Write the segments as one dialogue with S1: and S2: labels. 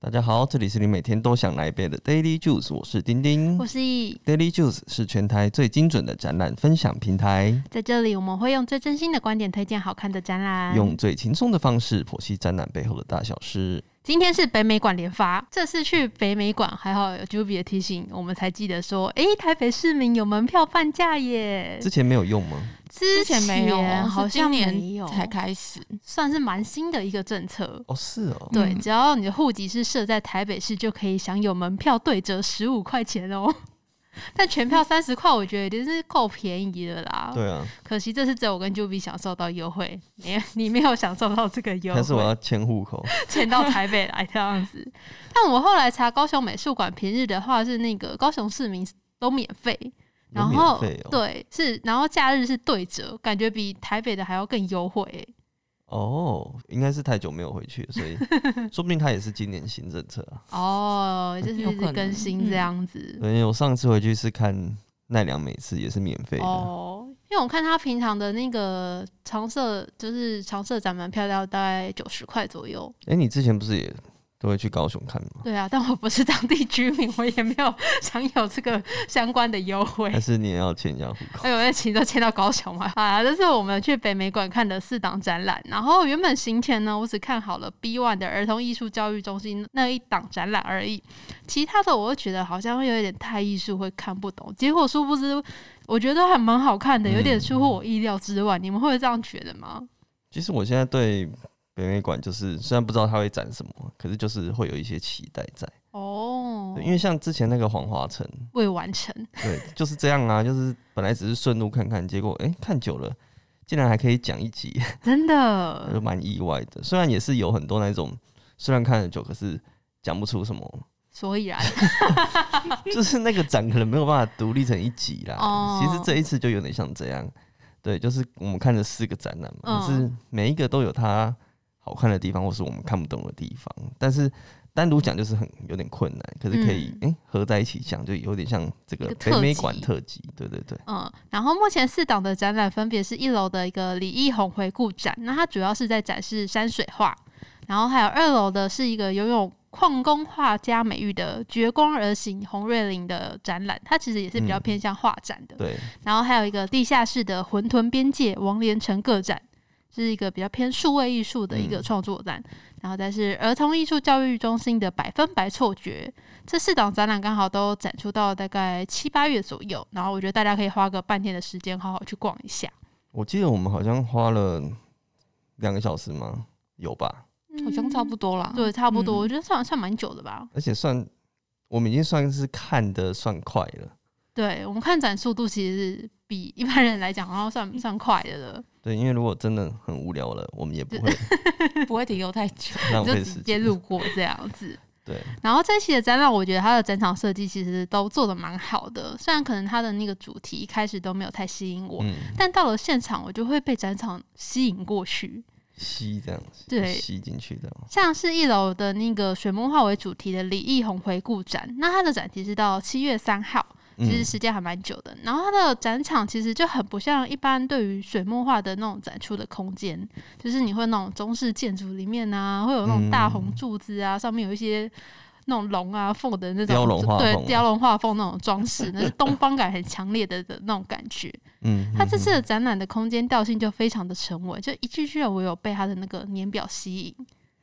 S1: 大家好，这里是你每天都想来一杯的 Daily Juice，我是丁丁
S2: 我。是易，
S1: Daily Juice 是全台最精准的展览分享平台，
S2: 在这里我们会用最真心的观点推荐好看的展览。
S1: 用最轻松的方式剖析展览背后的大小事。
S2: 今天是北美馆联发，这次去北美馆还好有 Juby 的提醒，我们才记得说，诶，台北市民有门票半价耶。
S1: 之前没有用吗？
S2: 之
S3: 之前没有啊，
S2: 前好
S3: 是今
S2: 像没
S3: 年
S2: 有，
S3: 才开始。
S2: 算是蛮新的一个政策。
S1: 哦，是哦，
S2: 对，
S3: 嗯
S2: 只要你的户籍是设在台北市，就可以享有门票对折十五块钱哦。但全票三十块，我觉得已经是够便宜了啦。
S1: 对啊，
S2: 可惜这次只有我跟 Juby 享受到优惠，你你没有享受到这个优惠。
S1: 但是我要迁户口，
S2: 迁到台北来这样子。但我后来查高雄美术馆平日的话是那个高雄市民都免费，然后、
S1: 有免费哦。
S2: 对是，然后假日是对折，感觉比台北的还要更优惠、 欸。
S1: 哦，应该是太久没有回去了， 所以说不定它也是今年新政策啊。
S2: 哦，就是
S3: 有
S2: 一
S3: 可
S2: 直
S3: 能嗯
S2: 更新这样子。
S1: 对，我上次回去是看奈良美次，也是免费的。
S2: 哦，因为我看他平常的那个常设，就是常设展门票要大概九十块左右。
S1: 哎、你之前不是也都会去高雄看吗？
S2: 对啊，但我不是当地居民，我也没有 享有这个相关的优惠。
S1: 还是你也要迁一下户口？
S2: 哎呦，那其实都迁到高雄嘛。啊，这是我们去北美馆看的四档展览。然后原本行前呢，我只看好了 B One 的儿童艺术教育中心那一档展览而已，其他的我又觉得好像会有点太艺术，会看不懂。结果殊不知，我觉得还蛮好看的，
S1: 嗯
S2: 有点出乎我意料之外。你们会这样觉得吗？
S1: 其实我现在对北美馆就是，虽然不知道它会展什么，可是就是会有一些期待在。
S2: 哦
S1: 对，因为像之前那个黄华城，
S2: 未完成，
S1: 对，就是这样啊，就是本来只是顺路看看，结果哎、诶看久了，竟然还可以讲一集，
S2: 真
S1: 就
S2: 的。
S1: 蛮意外的。虽然也是有很多那种，虽然看了久，可是讲不出什么，
S2: 所以然，啊
S1: 就是那个展可能没有办法独立成一集啦。
S2: 哦
S1: 其实这一次就有点像这样，对，就是我们看了四个展览嘛，
S2: 嗯
S1: 可是每一个都有它好看的地方，或是我们看不懂的地方，但是。单独讲就是很有点困难，可是可以哎、
S2: 嗯
S1: 诶合在一起讲，就有点像这个
S2: 一个
S1: 北美
S2: 特辑
S1: 馆特辑，对对对。
S2: 嗯，然后目前四档的展览分别是一楼的一个李义宏回顾展，那它主要是在展示山水画，然后还有二楼的是一个拥有矿工画家美誉的“绝光而行”洪瑞麟的展览，它其实也是比较
S1: 嗯
S2: 偏向画展的。
S1: 对，
S2: 然后还有一个地下室的“混沌边界”王连成个展，是一个比较偏数位艺术的一个
S1: 嗯
S2: 创作展。然后再是儿童艺术教育中心的“百分百错觉”，这四档展览刚好都展出到大概七八月左右。然后我觉得大家可以花个半天的时间好好去逛一下。
S1: 我记得我们好像花了两个小时吗？有吧？
S3: 好像差不
S2: 多，
S3: 多啦。
S2: 对，差不多，
S3: 嗯
S2: 我觉得算算蛮久的吧。
S1: 而且算我们已经算是看的算快了。
S2: 对我们看展速度其实是比一般人来讲，好像算算快的了，
S1: 对，因为如果真的很无聊了，我们也不会
S3: 不会停留太 久。
S1: 浪
S2: 就
S1: 费
S2: 直
S1: 时
S2: 接
S1: 间。
S2: 路过这样子。
S1: 对，
S2: 然后这期的展览，我觉得它的展场设计其实都做的蛮好的，虽然可能它的那个主题一开始都没有太吸引我，
S1: 嗯，
S2: 但到了现场我就会被展场吸引过去。
S1: 吸这样，
S2: 对
S1: 吸进去的。
S2: 像是一楼的那个水墨画为主题的李易宏回顾展，那它的展期是到七月三号，
S1: 嗯
S2: 其实时间还蛮久的。然后它的展场其实就很不像一般对于水墨画的那种展出的空间，就是你会那种中式建筑里面啊，会有那种大红柱子啊，上面有一些那种龙啊凤的那
S1: 嗯
S2: 种
S1: 雕龙画凤啊
S2: 对雕龙画凤那种 装饰，那是东方感很强烈的的那种感觉。
S1: 嗯，
S2: 它这
S1: 嗯
S2: 次的展览的空间调性就非常的沉稳，就一句句我有被它的那个年表吸引。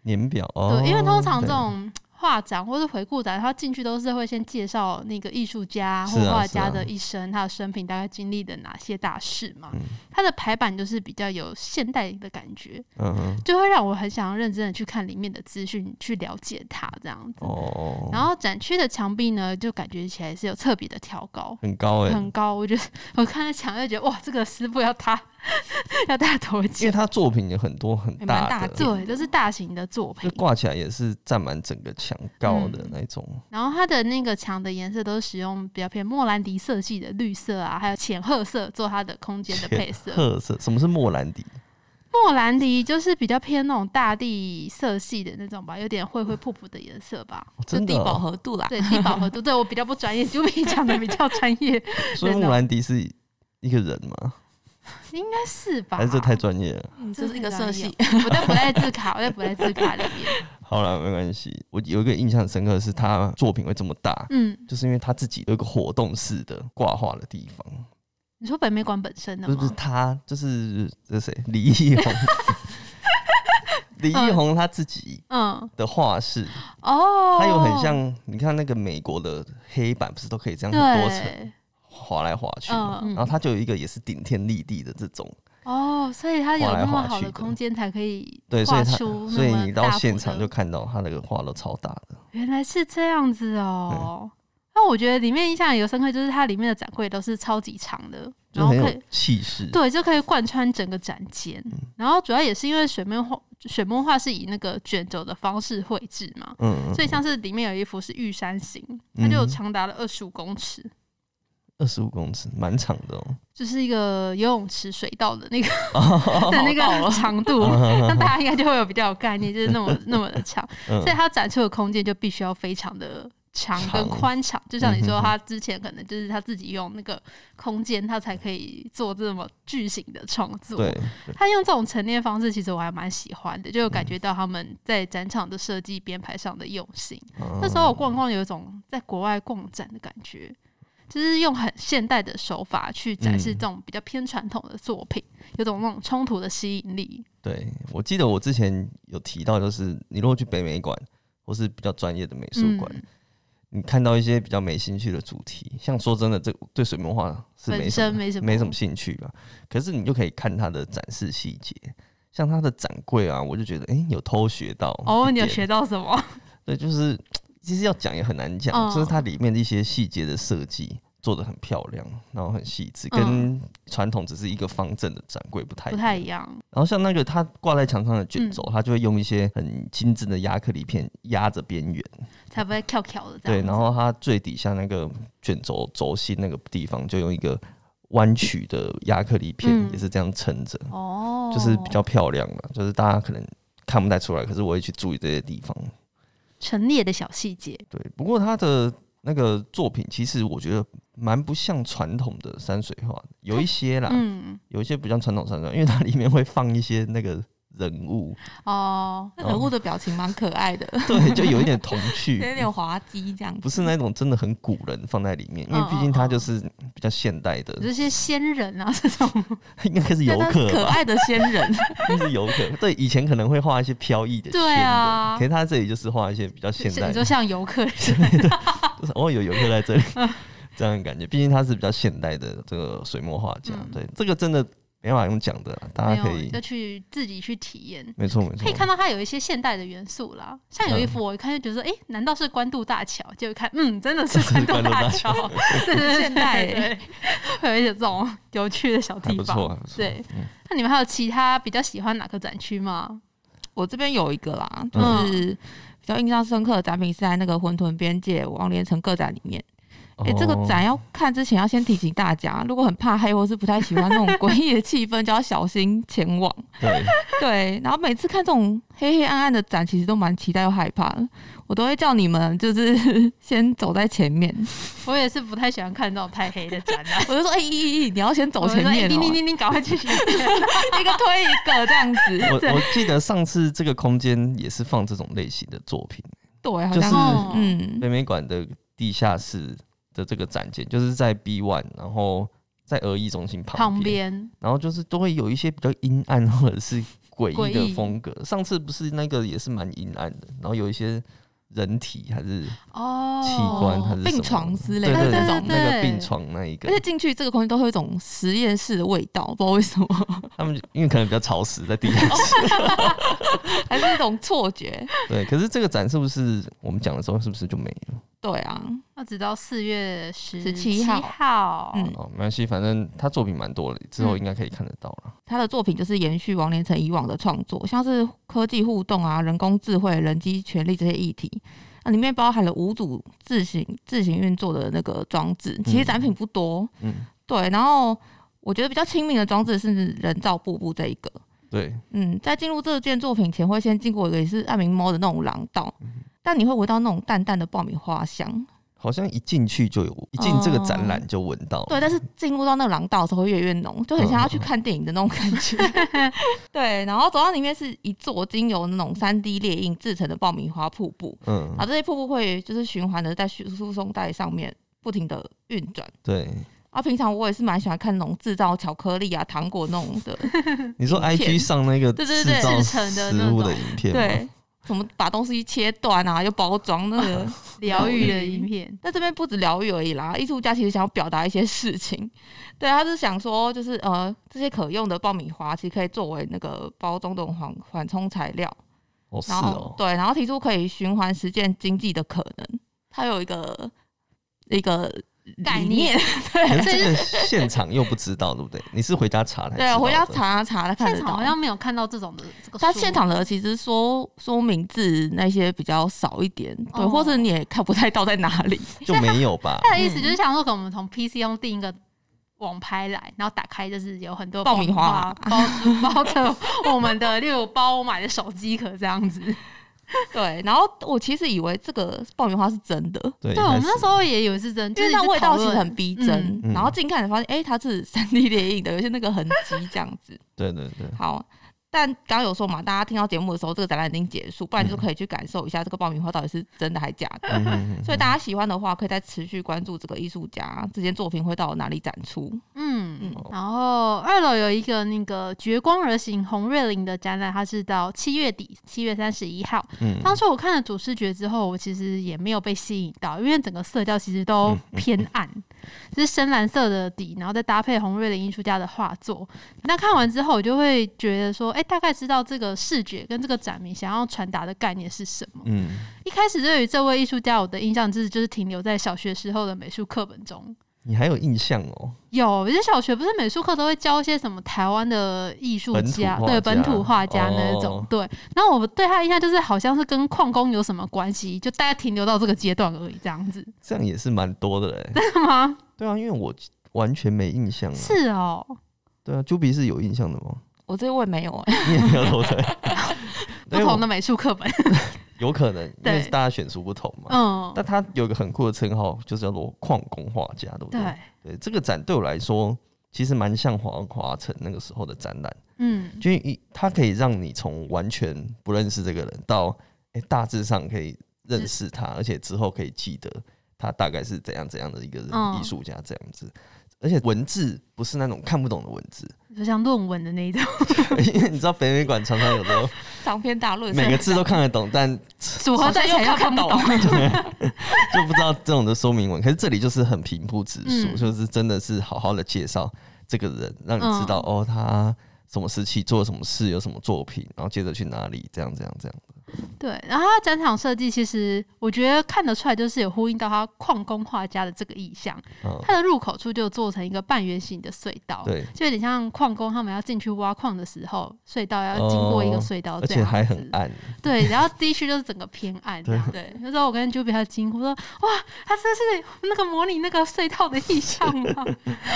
S1: 年表哦，
S2: 对，因为通常这
S1: 对
S2: 种画展或是回顾展，他进去都是会先介绍那个艺术家
S1: 是
S2: 或
S1: 啊
S2: 画
S1: 是啊
S2: 家的一生，他的生平大概经历的哪些大事嘛
S1: 嗯。
S2: 他的排版就是比较有现代的感觉，
S1: 嗯哼
S2: 就会让我很想要认真的去看里面的资讯，去了解它这样子。
S1: 哦，
S2: 然后展区的墙壁呢，就感觉起来是有特别的挑高。
S1: 很高哎，
S2: 很高，我觉得我看了墙就觉得哇，这个师傅要搭 要搭多
S1: 因
S2: 久
S1: 为？他作品也很多很
S3: 也蛮
S1: 大
S3: 大
S1: 的，
S2: 对，这是大型的作
S1: 就
S2: 品。
S1: 挂起来也是占满整个墙高的
S2: 嗯
S1: 那种。
S2: 然后它的那个墙的颜色都是使用比较偏莫兰迪色系的绿色啊，还有浅褐色做它的空间的配色。
S1: 褐色，什么是莫兰迪？
S2: 莫兰迪就是比较偏那种大地色系的那种吧，有点灰灰扑扑的颜色吧。
S1: 哦
S3: 就
S1: 真的
S3: 地
S1: 哦
S3: 饱和度啦，
S2: 对，低饱和度，对我比较不专业，就比讲的比较专业，
S1: 所以
S2: 人哦
S1: 莫兰迪是一个人吗？
S2: 应该是吧？
S1: 还是这太专业了？
S3: 嗯，这是一个色系，
S2: 我在不在自卡，我在不在自卡里面。
S1: 好了，没关系。我有一个印象深刻的是，他作品会这么大，
S2: 嗯，
S1: 就是因为他自己有一个活动式的挂画的地方，
S2: 你说北美馆本身的
S1: 不是
S2: 吗？
S1: 不是他，就是这谁李易 宏，李易宏他自己
S2: 嗯，
S1: 的画室，
S2: 哦，
S1: 他有很像你看那个美国的黑板，不是都可以这样很多层
S2: 对，
S1: 划来划去吗，
S2: 嗯，
S1: 然后他就有一个也是顶天立地的这种，
S2: 哦，所以他有
S1: 划来
S2: 那么
S1: 划
S2: 好
S1: 去
S2: 的
S1: 的
S2: 空间才可以
S1: 对，所
S2: 画
S1: 以他
S2: 出那
S1: 所以
S2: 么
S1: 你
S2: 大
S1: 到
S2: 幅
S1: 现场
S2: 的
S1: 就看到他那个画都超大的，
S2: 原来是这样子哦。那我觉得里面印象有深刻，就是它里面的展柜都是超级长的，
S1: 就
S2: 然后
S1: 很
S2: 可
S1: 有嗯
S2: 以
S1: 气势。
S2: 对就可以贯穿整个展间。然后主要也是因为水墨画，水墨画是以那个卷轴的方式绘制嘛，
S1: 嗯，
S2: 所以像是里面有一幅是玉山行，它就有长达了二十五公尺，
S1: 二十五公尺，蛮长的哦。
S2: 就是一个游泳池水道的那个 的那
S3: 好到
S2: 个
S3: 了
S2: 长度，那大家应该就会有比较有概念，就是那么那么的长，
S1: 嗯
S2: 所以它展出的空间就必须要非常的长
S1: 长
S2: 跟宽敞，就像你
S1: 嗯
S2: 说，
S1: 哼哼
S2: 他之前可能就是他自己用那个空间，他才可以做这么巨型的创作。
S1: 对，
S2: 他用这种陈列方式，其实我还蛮喜欢的，就有感觉到他们在展场的设计编排上的用心。
S1: 嗯
S2: 那时候我逛逛，有一种在国外逛展的感觉，就是用很现代的手法去展示
S1: 嗯
S2: 这种比较偏传统的作品，有种那种冲突的吸引力。
S1: 对，我记得我之前有提到，就是你如果去北美馆或是比较专业的美术馆，
S2: 嗯
S1: 你看到一些比较没兴趣的主题，像说真的，这对水墨画是没
S2: 本
S1: 什
S2: 身
S1: 么
S2: 没什么，
S1: 没什么兴趣吧。可是你就可以看它的展示细节，像它的展柜啊，我就觉得诶，有偷学到
S2: 哦，
S1: 一
S2: 你有
S1: 点
S2: 学到什么？
S1: 对，就是其实要讲也很难讲，
S2: 嗯
S1: 就是它里面的一些细节的设计做的很漂亮，然后很细致，
S2: 嗯
S1: 跟传统只是一个方正的展柜不太
S2: 不
S1: 一
S2: 太
S1: 样。
S2: 一样。
S1: 然后像那个它挂在墙上的卷
S2: 嗯
S1: 轴，它就会用一些很精致的亚克力片压着边缘，
S2: 才不会跳跳的这样
S1: 对，
S2: 子。
S1: 然后它最底下那个卷轴轴心那个地方就用一个弯曲的亚克力片，
S2: 嗯
S1: 也是这样撑着，
S2: 哦，
S1: 就是比较漂亮嘛，就是大家可能看不太出来，可是我会去注意这些地方。
S2: 陈列的小细节。
S1: 对，不过他的那个作品，其实我觉得蛮不像传统的山水画的，有一些啦，
S2: 嗯，
S1: 有一些不像传统山水画，因为它里面会放一些那个人物，
S2: 哦，
S3: 那 人物的表情蛮可爱的，
S1: 对，就有一点童
S3: 有
S1: 趣，
S3: 点滑稽这样子。
S1: 哦不是那种真的很古人放在里面，因为
S2: 哦
S1: 毕竟它就是比较现代的，
S2: 这些仙人啊，这种
S1: 应该是游
S3: 但他是
S1: 客
S3: 可
S1: 吧，
S3: 爱的仙人，
S1: 应该是游客。对，以前可能会画一些飘逸的仙
S2: 对
S1: 人，
S2: 啊
S1: 可是他这里就是画一些比较现
S2: 是
S1: 代
S2: 你
S1: 的
S2: 说，像游客是
S1: 就是哦，有游客在这 里，这样的感觉。毕竟它是比较现代的这个水墨画家，
S2: 嗯
S1: 对这个真的没办法用讲的啦，大
S2: 没
S1: 啊家可
S2: 有，
S1: 以
S2: 就，去自己去体验。
S1: 没错没错，
S2: 可以看到它有一些现代的元素啦，像有一幅我一看就觉得说，哎、难道是官渡大桥？结果一看，嗯，真的是官
S1: 是
S2: 渡
S1: 关渡大
S2: 桥
S1: 桥，，
S2: 对对对
S3: 现代
S2: 对对会有一些这种有趣的小
S1: 还
S2: 地
S1: 不
S2: 方。
S1: 错还不错。
S2: 对
S1: 嗯，
S2: 那你们还有其他比较喜欢哪个展区吗？
S3: 我这边有一个啦，
S1: 嗯
S3: 就是比较印象深刻的展品是在那个混沌边界王连成个展里面。哎、这个
S1: 哦
S3: 展要看之前要先提醒大家，如果很怕黑或是不太喜欢那种诡异的气氛，就要小心前往。
S1: 对，
S3: 对，然后每次看这种黑黑暗暗的展，其实都蛮期待又害怕的。我都会叫你们就是先走在前面，
S2: 我也是不太喜欢看那种太黑的展览。
S3: 我就说哎一一一，你要先走前面、
S2: 叮
S3: 哦，
S2: 叮叮叮，赶快去前面。
S3: 一个推一个这样子。
S1: 我
S2: 对
S1: 我记得上次这个空间也是放这种类型的作品，
S2: 嗯
S3: 对，好
S1: 就
S3: 像
S1: 是
S3: 是
S2: 哦
S3: 嗯，
S1: 北美馆的地下室的这个展间，就是在 B One，然后在俄艺中心
S2: 旁边
S1: 然后就是都会有一些比较阴暗或者是诡异
S2: 诡异
S1: 的风格。上次不是那个也是蛮阴暗的，然后有一些人体还是
S2: 哦，
S1: 器官还是什么
S3: 病床之类
S1: 对
S3: 的
S1: 对
S3: 这
S1: 对
S3: 种
S2: 对
S1: 那个病床那一个
S3: 而且，进去这个空间都会有一种实验室的味道，不知道为 什么，
S1: 他们就因为可能比较潮湿在地下
S3: 哦
S1: 室，
S3: 还是一种错觉。
S1: 对。可是这个展是不是我们讲的时候是不是就没了？
S3: 对啊，
S2: 要直到四月十
S3: 17号
S2: 号
S3: 嗯
S1: 哦，没关系，反正他作品蛮多的，之后应该可以看得到了。
S3: 他的作品就是延续王连成以往的创作，像是科技互动啊、人工智慧、人机权力这些议题。那里面包含了五组自行自行运作的那个装置，其实展品不多，
S1: 嗯，
S3: 对。然后我觉得比较亲民的装置是人造瀑布这一个，
S1: 对，
S3: 嗯，在进入这件作品
S1: 嗯
S3: 前，会先经过一个也是暗明猫的那种廊道，但你会闻到那种淡淡的爆米花香，
S1: 好像一进去就有，一进这个展览就闻到了。
S3: 哦对，但是进入到那个廊道的时候会越来越浓，就很像要去看电影的那种感觉。对，然后走到里面是一座经由那种三 D 列印制成的爆米花瀑布，
S1: 嗯
S3: 然，后这些瀑布会就是循环的在输输送带上面不停的运转。
S1: 对。
S3: 啊，平常我也是蛮喜欢看那种制造巧克力啊、糖果那种的，
S1: 你说
S3: 影
S1: I
S3: 片
S1: G 上那个
S3: 对对
S1: 制
S3: 对
S1: 造
S2: 制成的
S1: 食
S2: 那
S1: 物
S2: 种
S1: 的影片吗？
S3: 对，什么把东西切断啊，又包装那个。
S2: 疗愈的影片，
S3: 在这边不止疗愈而已啦，艺术家其实想要表达一些事情，对，他是想说，就是呃，这些可用的爆米花其实可以作为那个包装的缓缓冲材料，
S1: 哦是
S3: 然后、
S1: 哦，
S3: 对，然后提出可以循环实践经济的可能，他有一个一个
S2: 概
S3: 理
S2: 念，
S1: 可是
S2: 这
S1: 这个现场又不知道，对不对？你是回家查才知
S3: 对，
S1: 道
S2: 啊
S3: 回家
S1: 的
S3: 查啊查了看
S2: 现
S3: 得
S2: 场
S3: 到
S2: 好。像没有看到这种的这个书。
S3: 他现场的其实说说明字那些比较少一点，对，
S2: 哦
S3: 或者你也看不太到在哪里。
S1: 就没有吧？
S2: 他的意思就是想说，可能我们从 PC 用订一个网拍来，然后打开就是有很多
S3: 爆米花
S2: 包包 着我们的，例如包我买的手机壳这样子。
S3: 对，然后我其实以为这个爆米花是真的，
S1: 对，
S2: 对我们
S1: 还
S2: 那
S1: 是
S2: 时候也有是 真，
S3: 因
S2: 就是
S3: 为
S2: 一
S3: 那
S2: 直
S3: 味
S2: 讨
S3: 道其
S2: 论
S3: 实很逼真，
S1: 嗯
S3: 然后近看才发现，哎、它是三 D 列印的，有些那个痕迹这样子。
S1: 对对对，
S3: 好，但刚刚有说嘛，大家听到节目的时候，这个展览已经结束，不然就可以去感受一下这个爆米花到底是真的还假的。
S1: 嗯哼哼
S3: 所以大家喜欢的话，可以再持续关注这个艺术家这件作品会到哪里展出。
S2: 嗯
S3: 嗯，
S2: 然后二楼有一个那个绝光而行洪瑞玲的展览，它是到七月底，七月三十一号。
S1: 嗯
S2: 当时我看了主视觉之后，我其实也没有被吸引到，因为整个色调其实都偏暗，就是深蓝色的底，然后再搭配洪瑞林艺术家的画作。那看完之后，我就会觉得说，哎、大概知道这个视觉跟这个展名想要传达的概念是什么。
S1: 嗯，
S2: 一开始对于这位艺术家，我的印象就是就是停留在小学时候的美术课本中。
S1: 你还有印象哦？
S2: 有，就是小学不是美术课都会教一些什么台湾的艺术
S1: 本土
S2: 家，
S1: 画
S2: 对
S1: 家
S2: 本土画家那一种，
S1: 哦
S2: 对。然后我对他的印象就是好像是跟矿工有什么关系，就大概停留到这个阶段而已，这样子，
S1: 这样也是蛮多的嘞。
S2: 是吗？
S1: 对啊，因为我完全没印象啊。
S2: 是哦，
S1: 对啊，朱比是有印象的吗？
S3: 我这位没有哎、
S1: 你也没有对不对？
S2: 不
S1: 因为我
S2: 同的美术课 本，
S1: 有可能，因
S2: 对
S1: 为大家选书不同嘛。
S2: 嗯，
S1: 但他有一个很酷的称号，就是叫做矿工画家，对不对？
S2: 对，
S1: 对这个展对我来说，其实蛮像华华城那个时候的展览，
S2: 嗯，
S1: 就一它可以让你从完全不认识这个人到哎、诶大致上可以认识他，而且之后可以记得他大概是怎样怎样的一个人
S2: 嗯
S1: 艺术家这样子。而且文字不是那种看不懂的文 字，
S2: 就像论文的 那一种
S1: 因为你知道北美馆常常有 时候
S3: 长篇大论，
S1: 每个字都看得懂，但
S2: 组合在一起来又看不 懂，
S1: 就不知道这种的说明文。可是这里就是很平铺直述，
S2: 嗯
S1: 就是真的是好好的介绍这个人，让你知道、
S2: 嗯
S1: 哦，他什么时期做了什么事，有什么作品，然后接着去哪里，这样这样这样。
S2: 对。然后他的展场设计其实我觉得看得出来，就是有呼应到他矿工画家的这个意象，
S1: 嗯，
S2: 它的入口处就做成一个半圆形的隧道，
S1: 对，
S2: 就有点像矿工他们要进去挖矿的时候，隧道要经过一个隧道
S1: 哦而
S2: 这
S1: 且
S2: 样子，
S1: 还很 暗，
S2: 对，然后地区就是整个偏暗这样。对，那时候我跟 Juby 他惊呼说：“哇，他这是那个模拟那个隧道的意象吗？”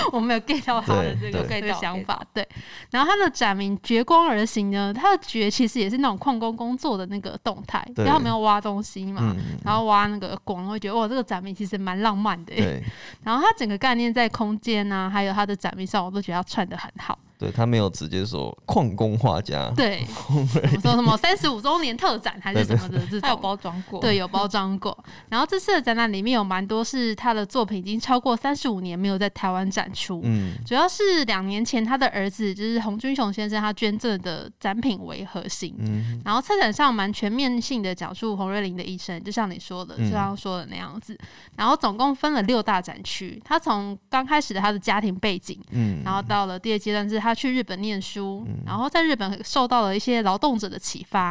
S2: 我没有 get 到他的这
S1: 对
S2: 个
S3: 对
S2: 这个想法。对，然后他的展名“绝光而行”呢，他的“绝”其实也是那种矿工工作的那个动态，因
S1: 对
S2: 为他们要挖东西嘛，
S1: 嗯，
S2: 然后挖那个光，然后会觉得哇，这个展名其实蛮浪漫的耶。
S1: 对，
S2: 然后它整个概念在空间啊，还有它的展面上，我都觉得它串的很好。
S1: 对他没有直接说矿工画家，
S2: 对，什么说什么三十五周年特展还是什么的这
S3: 他有
S2: 种。
S3: 包装过，
S2: 对，有包装过。然后这次的展览里面有蛮多是他的作品已经超过三十五年没有在台湾展出，
S1: 嗯，
S2: 主要是两年前他的儿子就是洪军雄先生他捐赠的展品为核心。
S1: 嗯
S2: 然后策展上蛮全面性的讲述洪瑞麟的一生，就像你说的，就
S1: 嗯
S2: 像刚说的那样子。然后总共分了六大展区，他从刚开始的他的家庭背景，
S1: 嗯，
S2: 然后到了第二阶段是他去日本念书，
S1: 嗯
S2: 然后在日本受到了一些劳动者的启发，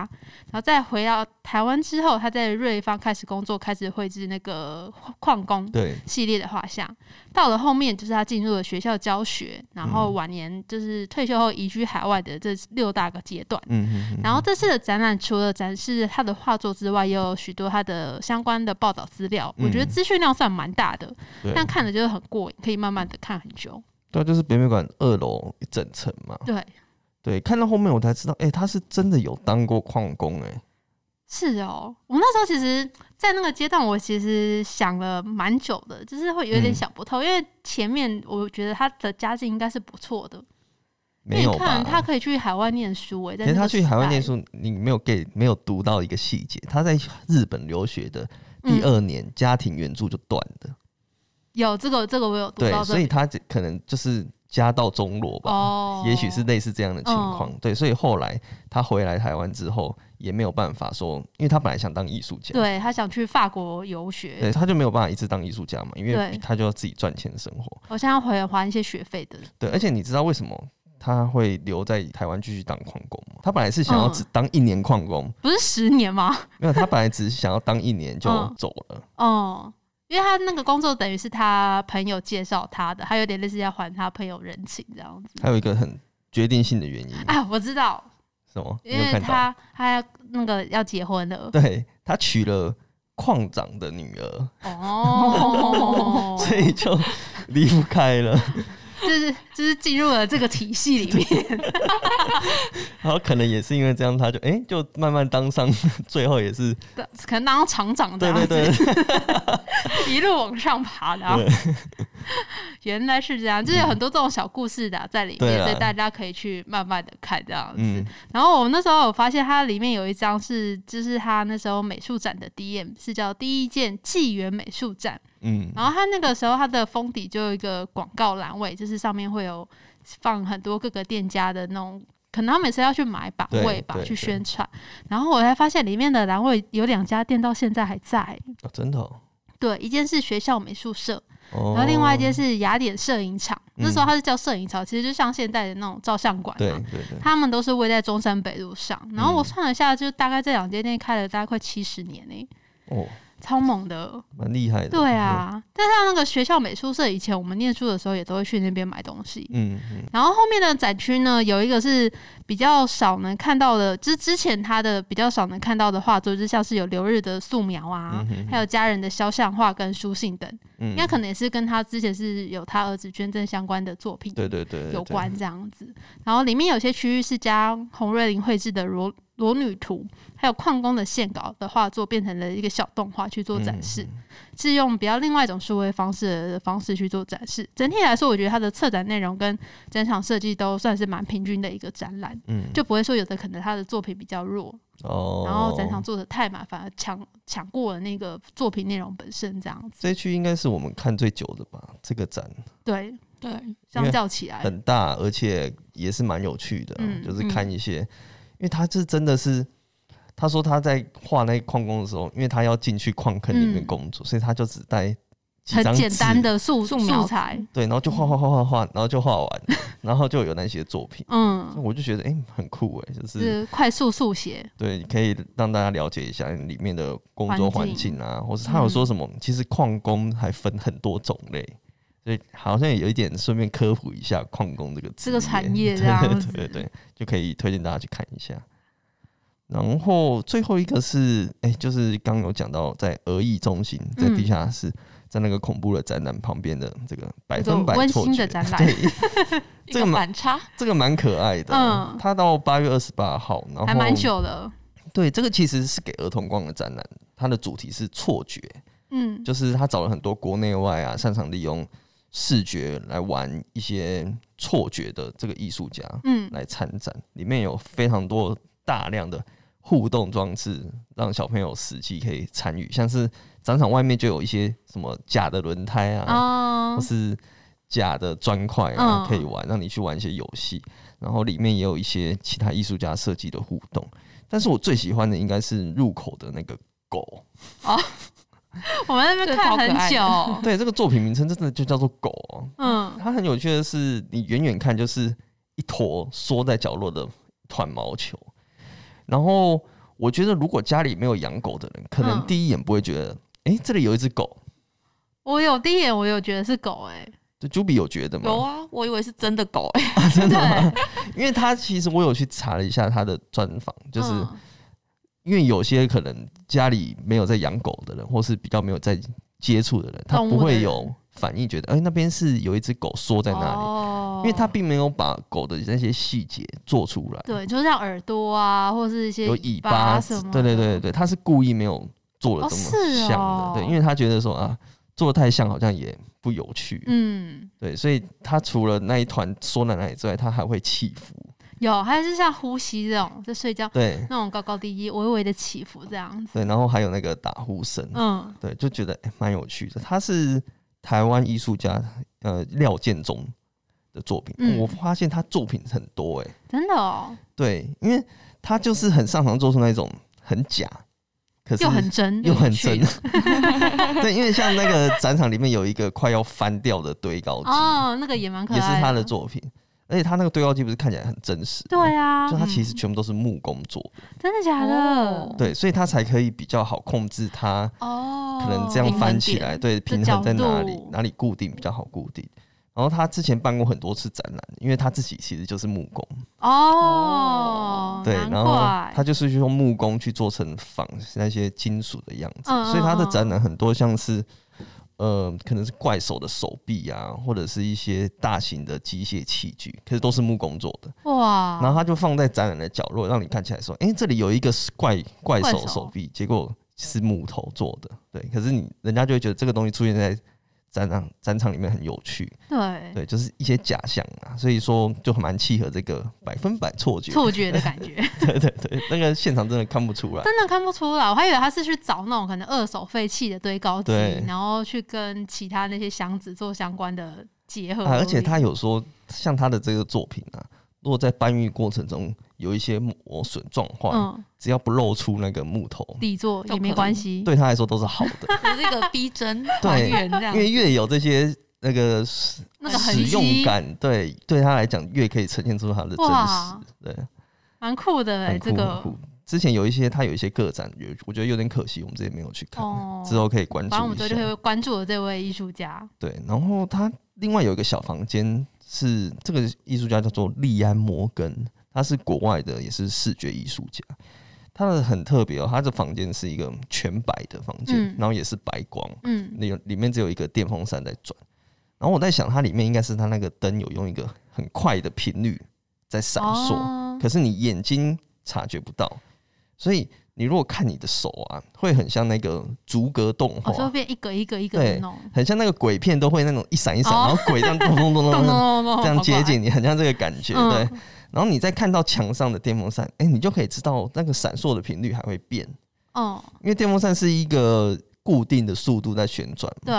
S2: 然后再回到台湾之后，他在瑞芳开始工作，开始绘制那个矿工
S1: 对，
S2: 系列的画像。到了后面就是他进入了学校教学，然后
S1: 嗯
S2: 晚年就是退休后移居海外的这六大个阶段。
S1: 嗯，
S2: 然后这次的展览除了展示他的画作之外，也有许多他的相关的报道资料。我觉得
S1: 嗯
S2: 资讯量算蛮大的，
S1: 对，
S2: 但看了就是很过瘾，可以慢慢的看很久。
S1: 对啊，就是北美馆二楼一整层嘛，
S2: 对，
S1: 对，看到后面我才知道，哎，他是真的有当过矿工，哎，
S2: 是哦，我那时候其实，在那个阶段，我其实想了蛮久的，就是会有
S1: 嗯
S2: 点想不透，因为前面我觉得他的家境应该是不错的，因
S1: 没
S2: 为
S1: 有
S2: 你看他
S1: 吧？
S2: 可以去海外念书、诶，哎，
S1: 其
S2: 在
S1: 实
S2: 那
S1: 他
S2: 个
S1: 去海外
S2: 时代
S1: 念，书，你没有给没有读到一个细节，他在日本留学的第
S2: 嗯、
S1: 二年，家庭援助就断了，
S2: 有这个这个我有读
S1: 对
S2: 到，这
S1: 所以他可能就是家道中落吧。
S2: 哦，嗯
S1: 也许是类似这样的情况。对，所以后来他回来台湾之后，也没有办法说，因为他本来想当艺术家，
S2: 对他想去法国游学，
S1: 对，他就没有办法一直当艺术家嘛，因
S2: 对
S1: 为他就要自己赚钱生活。
S2: 好像要回还一些学费的，
S1: 对，而且你知道为什么？他会留在台湾继续当矿工吗？他本来是想要
S2: 嗯
S1: 只当一年矿工，
S2: 不是十年吗？
S1: 没有，他本来只是想要当一年就
S2: 嗯
S1: 走了。
S2: 哦、因为他那个工作等于是他朋友介绍他的，他有点类似要还他朋友人情这样子。
S1: 还有一个很决定性的原因，
S2: 啊，我知道，
S1: 什么？你
S2: 因
S1: 有
S2: 为
S1: 看到？
S2: 他他要那个要结婚了。
S1: 对他娶了矿长的女儿，
S2: 哦，
S1: 所以就离不开了。
S2: 就是就是进入了这个体系里面。
S1: 然后可能也是因为这样，他就哎、诶就慢慢当上， 最后也是
S2: 可能当厂长这
S1: 对
S2: 样
S1: 对
S2: 子，
S1: 对， 对
S2: 一路往上爬的、啊。 原来是这样，就是有很多这种小故事的啊、在里
S1: 对
S2: 面，
S1: 啊
S2: 所以大家可以去慢慢的看这样子。
S1: 嗯，
S2: 然后我那时候有发现，它里面有一张是，就是它那时候美术展的 DM 是叫第一件纪元美术展。
S1: 嗯，
S2: 然后它那个时候它的封底就有一个广告栏位，就是上面会有放很多各个店家的那种，可能他每次要去买版位吧，
S1: 对对
S2: 去宣传。然后我才发现里面的栏位有两家店到现在还在，
S1: 哦真的哦，
S2: 对，一间是学校美术社，
S1: 哦
S2: 然后另外一间是雅典摄影场，
S1: 嗯
S2: 那时候它是叫摄影场，其实就像现在的那种照相馆、啊，
S1: 对对对，
S2: 他们都是位在中山北路上。然后我算了一下，就大概这两间店开了大概快七十年呢、
S1: 哦，
S2: 超猛的。
S1: 蛮厉害的，嗯
S2: 对啊，但像那个学校美术社，以前我们念书的时候也都会去那边买东西。
S1: 嗯，嗯
S2: 然后后面的展区呢，有一个是比较少能看到的，之之前它的比较少能看到的画作，就像是有留日的素描啊
S1: 嗯，哼
S2: 还有家人的肖像画跟书信等，
S1: 嗯，
S2: 应该可能也是跟他之前是有他儿子捐赠相关的作品。
S1: 对对对，对
S2: 有关，这样子。然后里面有些区域是将洪瑞林绘制的裸裸女图，还有矿工的线稿的画作变成了一个小动画去做展示，
S1: 嗯
S2: 是用比较另外一种数位方式的方式去做展示。整体来说，我觉得它的策展内容跟整场设计都算是蛮平均的一个展览，
S1: 嗯，
S2: 就不会说有的可能他的作品比较弱，
S1: 哦，
S2: 然后展场做的太满，反而抢抢过了那个作品内容本身这样子。
S1: 这一区应该是我们看最久的吧，这个展
S2: 对，
S3: 对，
S2: 相较起来，
S1: 很大，而且也是蛮有趣的啊、
S2: 嗯
S1: 就是看一些，因为他是真的是。他说他在画那矿工的时候，因为他要进去矿坑里面
S2: 嗯
S1: 工作，所以他就只带几
S2: 很
S1: 张
S2: 简单
S1: 纸
S2: 的素
S3: 素描
S2: 素材，
S1: 对，然后就画画画画画，然后就画完，然后就有那些作品，
S2: 嗯。
S1: 我就觉得哎、诶很酷哎、就是
S2: 是快速速写，
S1: 对，可以让大家了解一下里面的工作
S2: 环
S1: 环
S2: 境嗯
S1: 境啊，或是他有说什么，其实矿工还分很多种类，所以好像也有一点顺便科普一下矿工这个
S2: 这
S1: 职
S2: 个产业这样子
S1: 对对对，就可以推荐大家去看一下。然后最后一个是，哎、就是刚有讲到在俄艺中心，在
S2: 嗯
S1: 地下室，在那个恐怖的展览旁边的这个百
S2: 这个
S1: 分百
S2: 温
S1: 错
S2: 馨
S1: 觉，
S2: 的展览
S1: 对，
S3: 一
S1: 这个
S3: 个
S1: 蛮
S3: 反 差，
S1: 这个蛮可爱的。
S2: 嗯
S1: 它到八月二十八号，然后
S2: 还蛮。久了。
S1: 对，这个其实是给儿童逛的展览，它的主题是错觉，
S2: 嗯，
S1: 就是他找了很多国内外啊擅长利用视觉来玩一些错觉的这个艺术家
S2: 嗯，
S1: 来参展，里面有非常多大量的互动装置，让小朋友实际可以参与，像是展场外面就有一些什么假的轮胎啊，
S2: 哦
S1: 或，是假的砖块啊，
S2: 嗯
S1: 可以玩，让你去玩一些游戏。然后里面也有一些其他艺术家设计的互动，但是我最喜欢的应该是入口的那个狗。
S2: 我们在那边看很
S3: 这超
S2: 久。
S1: 对，这个作品名称真的就叫做狗哦、
S2: 嗯，
S1: 它很有趣的是，你远远看就是一坨缩在角落的团毛球。然后我觉得，如果家里没有养狗的人，可能
S2: 嗯
S1: 第一眼不会觉得，诶，这里有一只狗。
S2: 我有第一眼我有觉得是狗 哎、
S1: 就 Juby 有觉得吗？
S3: 有啊，我以为是真的狗、 欸，
S2: 真的欸、
S1: 因为他其实我有去查了一下他的专访，就是
S2: 嗯
S1: 因为有些可能家里没有在养狗的人，或是比较没有在接触的人，他
S2: 动物
S1: 不
S2: 的
S1: 会
S2: 人
S1: 有反应，觉得哎、那边是有一只狗缩在那里。
S2: 哦
S1: 因为他并没有把狗的那些细节做出来，
S2: 对，就是像耳朵啊，或是一些
S1: 有
S2: 尾
S1: 尾
S2: 巴
S1: 巴
S2: 什么，
S1: 对对对，对，他是故意没有做的
S2: 哦
S1: 这么
S2: 是
S1: 像的，
S2: 哦
S1: 对，因为他觉得说啊，做的太像好像也不有趣，
S2: 嗯，
S1: 对，所以他除了那一团说奶奶之外，他还会起伏，
S2: 有，还是像呼吸这种，就睡觉
S1: 对
S2: 那种高高低低、微微的起伏这样子，
S1: 对，然后还有那个打呼声，
S2: 嗯，
S1: 对，就觉得哎蛮、有趣的。他是台湾艺术家呃廖建中的作品，
S2: 嗯
S1: 我发现他作品很多哎、
S2: 真的哦，
S1: 对，因为他就是很擅长做出那种很假，可是
S2: 又很真，
S1: 又很
S2: 有趣
S1: 真， 对，因为像那个展场里面有一个快要翻掉的堆高机，
S2: 哦，那个也蛮可爱
S1: 也是他的
S2: 的，
S1: 作品，而且他那个堆高机不是看起来很真实，
S2: 对，啊嗯
S1: 就，他其实
S3: 嗯
S1: 全部都是木工做的，
S2: 真的假的
S3: 哦？
S1: 对，所以他才可以比较好控制它
S2: 哦，
S1: 可能这样
S3: 平衡
S1: 翻起
S3: 点
S1: 来，对，平
S2: 角
S1: 衡在哪里
S2: 度，
S1: 哪里固定比较好固定。然后他之前办过很多次展览，因为他自己其实就是木工，
S2: 哦，
S1: 对，
S2: 难
S1: 然后
S2: 怪
S1: 他就是用木工去做成仿那些金属的样子，
S2: 嗯
S1: 所以他的
S2: 嗯嗯嗯
S1: 展览很多像是，呃，可能是怪手的手臂啊，或者是一些大型的机械器具，可是都是木工做的。
S2: 哇，
S1: 然后他就放在展览的角落，让你看起来说，哎、这里有一个是怪怪
S2: 怪
S1: 手
S2: 手
S1: 手臂，结果是木头做的，对。可是你人家就会觉得这个东西出现在展览展场里面很有趣，
S2: 对
S1: 对，就是一些假象啊，所以说就蛮契合这个百分百错觉，
S2: 错觉的感觉，
S1: 对对对，那个现场真的看不出来，
S2: 真的看不出来，我还以为他是去找那种可能二手废弃的堆高机
S1: 对，
S2: 然后去跟其他那些箱子做相关的结合
S1: 啊、而且他有说，像他的这个作品啊，如果在搬运过程中有一些磨损状况，
S2: 嗯
S1: 只要不露出那个木头，
S2: 底座
S3: 都
S2: 也没
S3: 可以
S2: 关系，
S1: 对他来说都是好的。
S3: 我是一个逼真
S1: 对
S3: 还原这样
S1: 因。为越有这些那个使
S2: 那个痕
S1: 使
S2: 迹
S1: 用感，对对他来讲越可以呈现出他的真
S2: 哇
S1: 实，对，
S2: 蛮酷的哎、
S1: 很酷
S2: 这
S1: 很
S2: 个
S1: 酷。之前有一些他有一些个展，有我觉得有点可惜，我们之前没有去看，
S2: 哦
S1: 之后可以关
S2: 反正我
S1: 注
S2: 们
S1: 一
S2: 之后就
S1: 下。
S2: 会关注了这位艺术家，
S1: 对，然后他另外有一个小房间是这个艺术家叫做利安摩根，他是国外的，也是视觉艺术家。他的很特别哦，他的房间是一个全白的房间，
S2: 嗯
S1: 然后也是白光，
S2: 嗯，
S1: 那个里面只有一个电风扇在转。然后我在想，它里面应该是它那个灯有用一个很快的频率在闪烁，
S2: 哦
S1: 可是你眼睛察觉不到，所以你如果看你的手啊，会很像那个逐格动
S2: 哦，就
S1: 画，
S2: 变一个一个一个的
S1: 对
S2: 弄，
S1: 很像那个鬼片都会那种一闪一闪，
S2: 哦
S1: 然后鬼这样咚咚咚咚
S2: 咚
S1: 咚咚
S2: 咚咚咚，
S1: 这样
S2: 好可
S1: 接，
S2: 爱
S1: 近你，很像这个感觉，对。
S2: 嗯，
S1: 然后你再看到墙上的电风扇，哎，你就可以知道那个闪烁的频率还会变，
S2: 哦，
S1: 因为电风扇是一个固定的速度在旋转嘛。
S2: 对，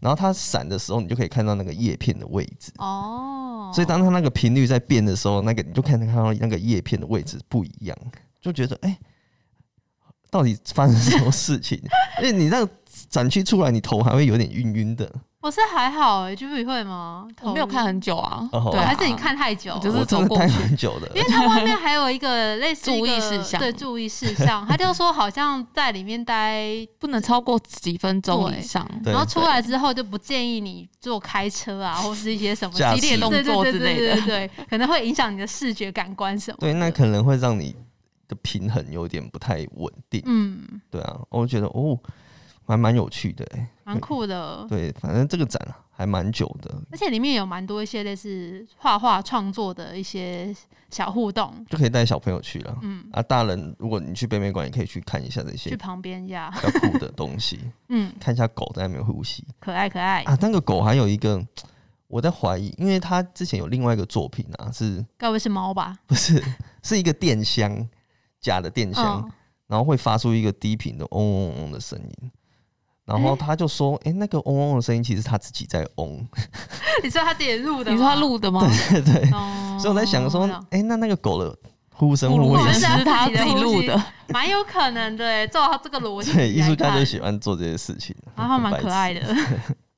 S1: 然后它闪的时候，你就可以看到那个叶片的位置。
S2: 哦，
S1: 所以当它那个频率在变的时候，那个你就看看到那个叶片的位置不一样，就觉得哎、到底发生什么事情？因为你那个展区出来，你头还会有点晕晕的。
S2: 我是还好哎、欸，居委会吗？
S3: 我没有看很久啊，
S1: 哦
S3: 对啊，
S2: 还是你看太久，
S3: 我就是
S1: 我真的
S3: 走过
S1: 待
S3: 去
S1: 很久的，
S2: 因为它外面还有一个类似一个
S3: 注意事项
S2: 对注意事项，他就说好像在里面待，
S3: 不能超过几分钟
S2: 对
S3: 以上。
S1: 对
S2: 然后出来之后就不建议你做开车啊，或是一些什么
S1: 驾
S2: 激烈
S1: 驶
S2: 动作
S3: 对
S2: 之
S3: 对
S2: 类
S3: 对
S2: 的，对，可能会影响你的视觉感官什么。
S1: 对，那可能会让你的平衡有点不太稳定。
S2: 嗯，
S1: 对啊，我觉得哦，还蛮有趣的、欸。
S2: 蛮酷的。
S1: 对，反正这个展啊还蛮久的，
S2: 而且里面有蛮多一些类似画画创作的一些小互动，
S1: 就可以带小朋友去了。
S2: 嗯，
S1: 啊，大人，如果你去北美馆，也可以去看一下这些
S2: 去旁边呀，
S1: 比较酷的东西，
S2: 嗯，
S1: 看一下狗在那边呼吸
S2: 可爱可爱，
S1: 啊。那个狗还有一个，我在怀疑，因为它之前有另外一个作品啊，是
S2: 该不会是猫吧？
S1: 不是是一个电箱，假的电箱，
S2: 嗯，
S1: 然后会发出一个低频的嗡嗡嗡的声音。然后
S2: 诶
S1: 他就说：“哎、那个嗡嗡的声音其实他自己在嗡。
S2: 你说他自己录的吗，
S3: 你说他录的吗？”
S1: 对对，
S2: 哦，
S1: 所以我在想说
S2: 这样，
S1: 哎、那那个狗的呼声会
S3: 我
S1: 不
S2: 我
S1: 会
S2: 们
S1: 也
S3: 是
S1: 是？
S2: 在
S3: 他自己录
S2: 自己录
S3: 的，
S2: 蛮有可能的耶，照他这个逻辑来看，
S1: 对，艺术家就喜欢做这些事情，
S2: 然后
S1: 很
S2: 啊蛮
S1: 白
S2: 可爱
S1: 痴
S2: 的。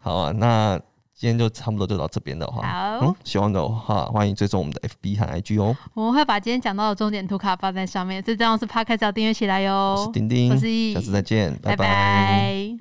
S1: 好啊，那今天就差不多就到这边的话，
S2: 好
S1: 嗯，喜欢的话欢迎追踪我们的 FB 和 IG 哦。
S2: 我们会把今天讲到的重点图卡哦放在上面，最重要是 Podcast 要订阅起来
S1: 我是
S2: 哟。
S1: 丁丁，
S2: 我是易
S1: 下次再见，
S2: 拜拜